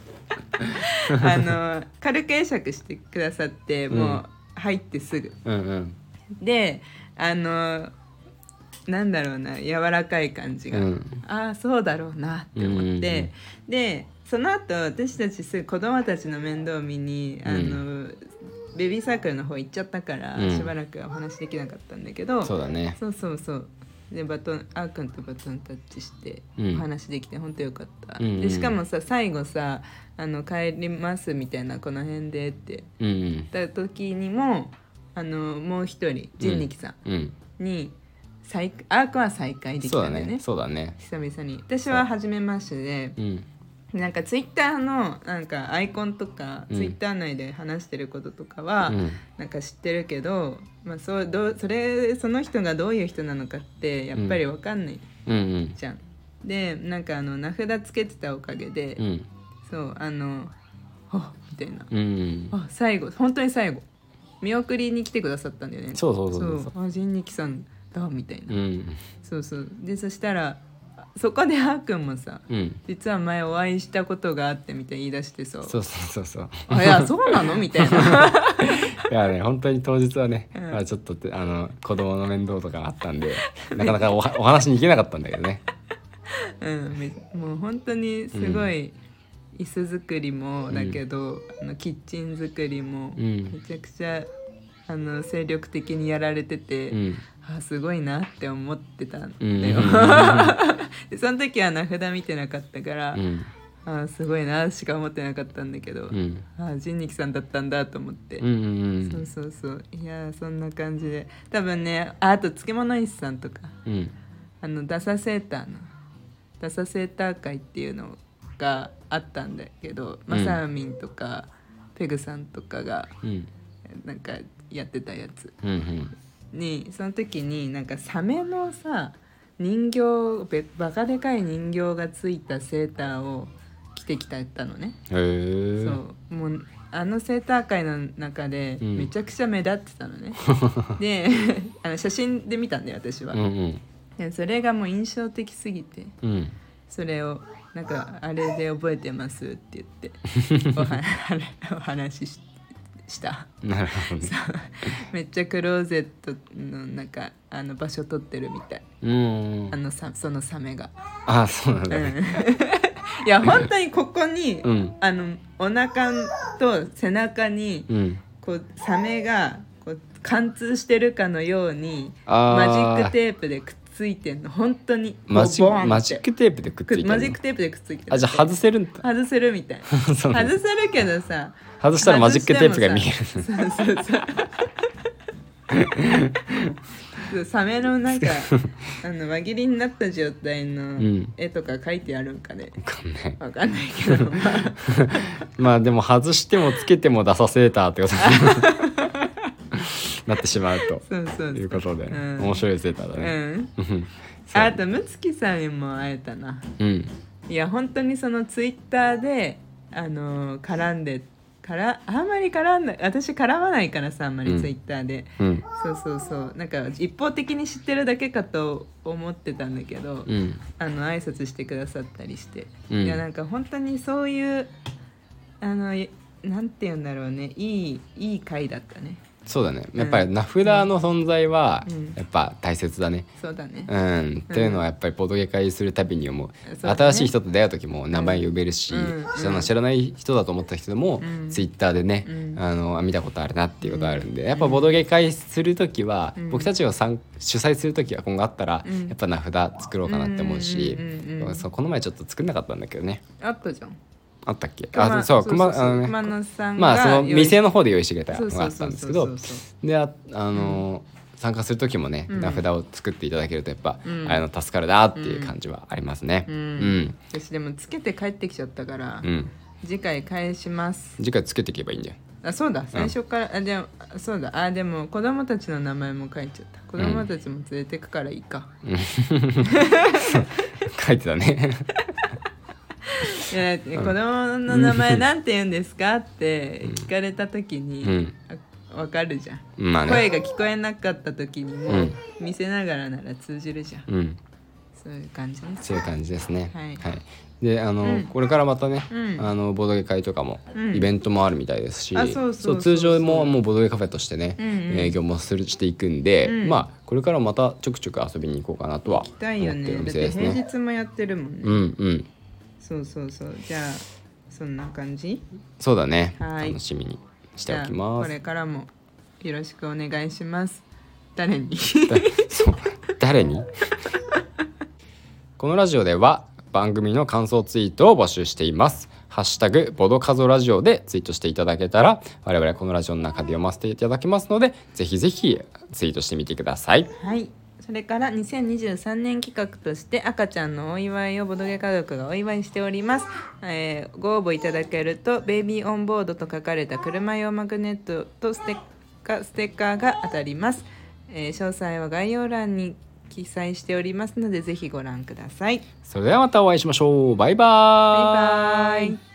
[SPEAKER 2] あの軽く会釈してくださって
[SPEAKER 1] うん
[SPEAKER 2] もう入ってすぐ、
[SPEAKER 1] うんうん
[SPEAKER 2] であのなんだろうな柔らかい感じが、
[SPEAKER 1] うん
[SPEAKER 2] ああそうだろうなって思って、でその後私たちすぐ子供たちの面倒見にあの、ベビーサークルの方行っちゃったから、
[SPEAKER 1] うん
[SPEAKER 2] しばらくはお話できなかったんだけど
[SPEAKER 1] そうだね
[SPEAKER 2] そうそうそうでバトンあーくんとバトンタッチして
[SPEAKER 1] うん
[SPEAKER 2] お話できて本当よかった、
[SPEAKER 1] うんうん
[SPEAKER 2] でしかもさ最後さあの「帰ります」みたいな「この辺で」って
[SPEAKER 1] うん
[SPEAKER 2] 言った時にもあのもう一人人力さ
[SPEAKER 1] うんうん
[SPEAKER 2] んに再あーくんは再会でき
[SPEAKER 1] そう
[SPEAKER 2] た
[SPEAKER 1] だ
[SPEAKER 2] んだよね
[SPEAKER 1] ねそうだね
[SPEAKER 2] 久々に私は初めましてで
[SPEAKER 1] うん
[SPEAKER 2] なんかツイッターのなんかアイコンとか、
[SPEAKER 1] うん
[SPEAKER 2] ツイッター内で話してることとかは、
[SPEAKER 1] うん
[SPEAKER 2] なんか知ってるけど、まあ、そうどうそれその人がどういう人なのかってやっぱり分かんない
[SPEAKER 1] うんうん
[SPEAKER 2] じゃん。でなんかあの名札つけてたおかげで、
[SPEAKER 1] うん
[SPEAKER 2] そうあの「あみたいな
[SPEAKER 1] うん
[SPEAKER 2] あ最後本当に最後見送りに来てくださったんだよね。
[SPEAKER 1] そうそう
[SPEAKER 2] そ
[SPEAKER 1] そううそう
[SPEAKER 2] あ人力さんだみたいな、
[SPEAKER 1] うん
[SPEAKER 2] そうそうでそしたらあそこであーくんもさ
[SPEAKER 1] うん
[SPEAKER 2] 実は前お会いしたことがあってみたいに言い出してそう
[SPEAKER 1] そうそうそうそう
[SPEAKER 2] あいやそうなのみたいな
[SPEAKER 1] いやね本当に当日はね、
[SPEAKER 2] うん
[SPEAKER 1] まあ、ちょっとてあの子供の面倒とかあったんでなかなかおはお話に行けなかったんだけどね
[SPEAKER 2] うんめもう本当にすごい、椅子作りもだけど、あのキッチン作りも、
[SPEAKER 1] うん
[SPEAKER 2] めちゃくちゃあの精力的にやられてて、
[SPEAKER 1] うん
[SPEAKER 2] あすごいなって思ってたんだ
[SPEAKER 1] う
[SPEAKER 2] よ、
[SPEAKER 1] ん
[SPEAKER 2] でその時は名札見てなかったから、
[SPEAKER 1] うん
[SPEAKER 2] あすごいなしか思ってなかったんだけど、
[SPEAKER 1] うん
[SPEAKER 2] あ人力さんだったんだと思って、
[SPEAKER 1] うんうんうん
[SPEAKER 2] そうそうそういやーそんな感じで多分ねああと漬物石さんとか
[SPEAKER 1] うん
[SPEAKER 2] あのダサセーターのダサセーター会っていうのがあったんだけど、まさマサミンとかペグさんとかが
[SPEAKER 1] うん
[SPEAKER 2] なんかやってたやつ
[SPEAKER 1] うんうん
[SPEAKER 2] にその時になんかサメのさ人形べバカでかい人形がついたセーターを着てきたのね。
[SPEAKER 1] へえ
[SPEAKER 2] そうもうあのセーター会の中で
[SPEAKER 1] うん
[SPEAKER 2] めちゃくちゃ目立ってたの ね、であの写真で見たんだよ私は、
[SPEAKER 1] うんうん
[SPEAKER 2] でそれがもう印象的すぎて
[SPEAKER 1] うん
[SPEAKER 2] それをなんかあれで覚えてますって言って おはお話ししした
[SPEAKER 1] なるほどね
[SPEAKER 2] めっちゃクローゼットのなんかあの場所取ってるみたい
[SPEAKER 1] うん
[SPEAKER 2] あのさそのサメが、
[SPEAKER 1] あそうなん
[SPEAKER 2] う
[SPEAKER 1] だね
[SPEAKER 2] んいや本当にここに、
[SPEAKER 1] うん
[SPEAKER 2] あのお腹と背中に、
[SPEAKER 1] うん
[SPEAKER 2] こうサメがこう貫通してるかのように
[SPEAKER 1] あ
[SPEAKER 2] マジ
[SPEAKER 1] ー
[SPEAKER 2] ックテープでくっついてんの本当に
[SPEAKER 1] マジ
[SPEAKER 2] こうボーンって
[SPEAKER 1] マジックテープでくっつい
[SPEAKER 2] く
[SPEAKER 1] て
[SPEAKER 2] マ
[SPEAKER 1] る
[SPEAKER 2] ジッ
[SPEAKER 1] の
[SPEAKER 2] クテープでくっついてる
[SPEAKER 1] あじゃあ外せるんだ
[SPEAKER 2] 外せる みたい
[SPEAKER 1] そうな
[SPEAKER 2] 外
[SPEAKER 1] んだ
[SPEAKER 2] せるけどさ
[SPEAKER 1] 外したらマジックテープが見える
[SPEAKER 2] 外してもさそうそう そうサメのなんかあの輪切りになった状態の
[SPEAKER 1] ん
[SPEAKER 2] 絵とか描いてあるんかね、
[SPEAKER 1] わかんない
[SPEAKER 2] わかんない けどまあ
[SPEAKER 1] まあでも外してもつけても出させたってことになってしまう
[SPEAKER 2] そうそうそ
[SPEAKER 1] と
[SPEAKER 2] う
[SPEAKER 1] いうことで、
[SPEAKER 2] うん
[SPEAKER 1] 面白いセーターだ
[SPEAKER 2] う
[SPEAKER 1] ね。
[SPEAKER 2] ん
[SPEAKER 1] うん、
[SPEAKER 2] あとムツキさんにも会えたな
[SPEAKER 1] うん、
[SPEAKER 2] いや本当にそのツイッターであのー絡んでからあんまり絡んない私絡まないからさあんま
[SPEAKER 1] う
[SPEAKER 2] り
[SPEAKER 1] ん
[SPEAKER 2] ツイッターで、
[SPEAKER 1] うん
[SPEAKER 2] そうそうそうなんか一方的に知ってるだけかと思ってたんだけど、
[SPEAKER 1] うん
[SPEAKER 2] あの挨拶してくださったりして、
[SPEAKER 1] うん
[SPEAKER 2] いやなんか本当にそういうあのいなんて言うんだろうねいいいい回だったね
[SPEAKER 1] そうだねやっぱり名札の存在は
[SPEAKER 2] うん
[SPEAKER 1] やっぱ大切だね
[SPEAKER 2] そうだね、
[SPEAKER 1] うん、っていうのはやっぱりポドゲ会するたびに思う、
[SPEAKER 2] そうだね
[SPEAKER 1] 新しい人と出会う時も名前呼べるし、
[SPEAKER 2] うん
[SPEAKER 1] その知らない人だと思ってた人でも、
[SPEAKER 2] うん
[SPEAKER 1] ツイッターでね、
[SPEAKER 2] うん
[SPEAKER 1] あのあ見たことあるなっていうことあるんで、やっぱボドゲ会する時は、
[SPEAKER 2] うん
[SPEAKER 1] 僕たちを参主催する時は今後あったら、
[SPEAKER 2] うん
[SPEAKER 1] やっぱ名札作ろうかなって思うし、
[SPEAKER 2] うんうんうんうん
[SPEAKER 1] そうこの前ちょっと作んなかったんだけどね
[SPEAKER 2] あったじゃん
[SPEAKER 1] あったっけあそう熊あのね
[SPEAKER 2] 熊野さんが
[SPEAKER 1] まあその店
[SPEAKER 2] の
[SPEAKER 1] の方で用意してくれた
[SPEAKER 2] そ
[SPEAKER 1] の
[SPEAKER 2] う
[SPEAKER 1] が
[SPEAKER 2] そ
[SPEAKER 1] あったん
[SPEAKER 2] うそう
[SPEAKER 1] ですけ
[SPEAKER 2] そう
[SPEAKER 1] どでああのー参加する時もね、
[SPEAKER 2] うん
[SPEAKER 1] 名札を作っていただけるとやっぱ、
[SPEAKER 2] うん
[SPEAKER 1] あの助かるなっていう感じはありますね。
[SPEAKER 2] うん
[SPEAKER 1] うん、
[SPEAKER 2] 私でもつけて帰ってきちゃったから、
[SPEAKER 1] うん
[SPEAKER 2] 次回返します
[SPEAKER 1] 次回つけていけばいいんだよ。
[SPEAKER 2] あそうだ最初から、あでもあそうだあでも子供たちの名前も書いちゃった子供たちも連れてくからいいか、
[SPEAKER 1] 書いてたね。
[SPEAKER 2] いや子供の名前なんて言うんですかって聞かれた時
[SPEAKER 1] う
[SPEAKER 2] に、
[SPEAKER 1] ん、
[SPEAKER 2] あわかるじゃん、
[SPEAKER 1] まあ
[SPEAKER 2] 声
[SPEAKER 1] ね。
[SPEAKER 2] が聞こえなかった時に
[SPEAKER 1] う
[SPEAKER 2] も
[SPEAKER 1] ん
[SPEAKER 2] 見せながらなら通じるじゃん
[SPEAKER 1] うん、
[SPEAKER 2] そういう感じです
[SPEAKER 1] そういう感じですね。
[SPEAKER 2] はい
[SPEAKER 1] であの、
[SPEAKER 2] うん
[SPEAKER 1] これからまたね、
[SPEAKER 2] うん
[SPEAKER 1] あのボードゲ会とかも、
[SPEAKER 2] うん
[SPEAKER 1] イベントもあるみたいですし
[SPEAKER 2] あそうそうそうそう
[SPEAKER 1] 通常ももうボードゲカフェとしてね、
[SPEAKER 2] うんうん
[SPEAKER 1] 営業もするしていくんで、
[SPEAKER 2] うん
[SPEAKER 1] まあこれからまたちょくちょく遊びに行こうかなとは思
[SPEAKER 2] 行
[SPEAKER 1] っ
[SPEAKER 2] き
[SPEAKER 1] たて
[SPEAKER 2] いよ
[SPEAKER 1] る
[SPEAKER 2] ね
[SPEAKER 1] お
[SPEAKER 2] だっ
[SPEAKER 1] 店
[SPEAKER 2] て
[SPEAKER 1] です
[SPEAKER 2] 平
[SPEAKER 1] ね。
[SPEAKER 2] 日もやってるもんね、
[SPEAKER 1] うんうん
[SPEAKER 2] そうそうそうじゃあそんな感じ
[SPEAKER 1] そうだね。
[SPEAKER 2] はい
[SPEAKER 1] 楽しみにし
[SPEAKER 2] じ
[SPEAKER 1] てお
[SPEAKER 2] ゃあ
[SPEAKER 1] きま
[SPEAKER 2] こ
[SPEAKER 1] す
[SPEAKER 2] れ。からもよろしくお願いします誰に
[SPEAKER 1] そう 誰にこのラジオでは番組の感想ツイートを募集しています。ハッシュタグボドカゾラジオでツイートしていただけたら我々このラジオの中で読ませていただきますのでぜひぜひツイートしてみてください。
[SPEAKER 2] はい。それから2023年企画として赤ちゃんのお祝いをボドゲ科学がお祝いしております、えーご応募いただけると「ベイビーオンボード」と書かれた車用マグネットとステッカーステッカーが当たります、えー詳細は概要欄に記載しておりますのでぜひご覧ください
[SPEAKER 1] それではまたお会いしましょう。バイバ
[SPEAKER 2] バ
[SPEAKER 1] ー
[SPEAKER 2] イバイ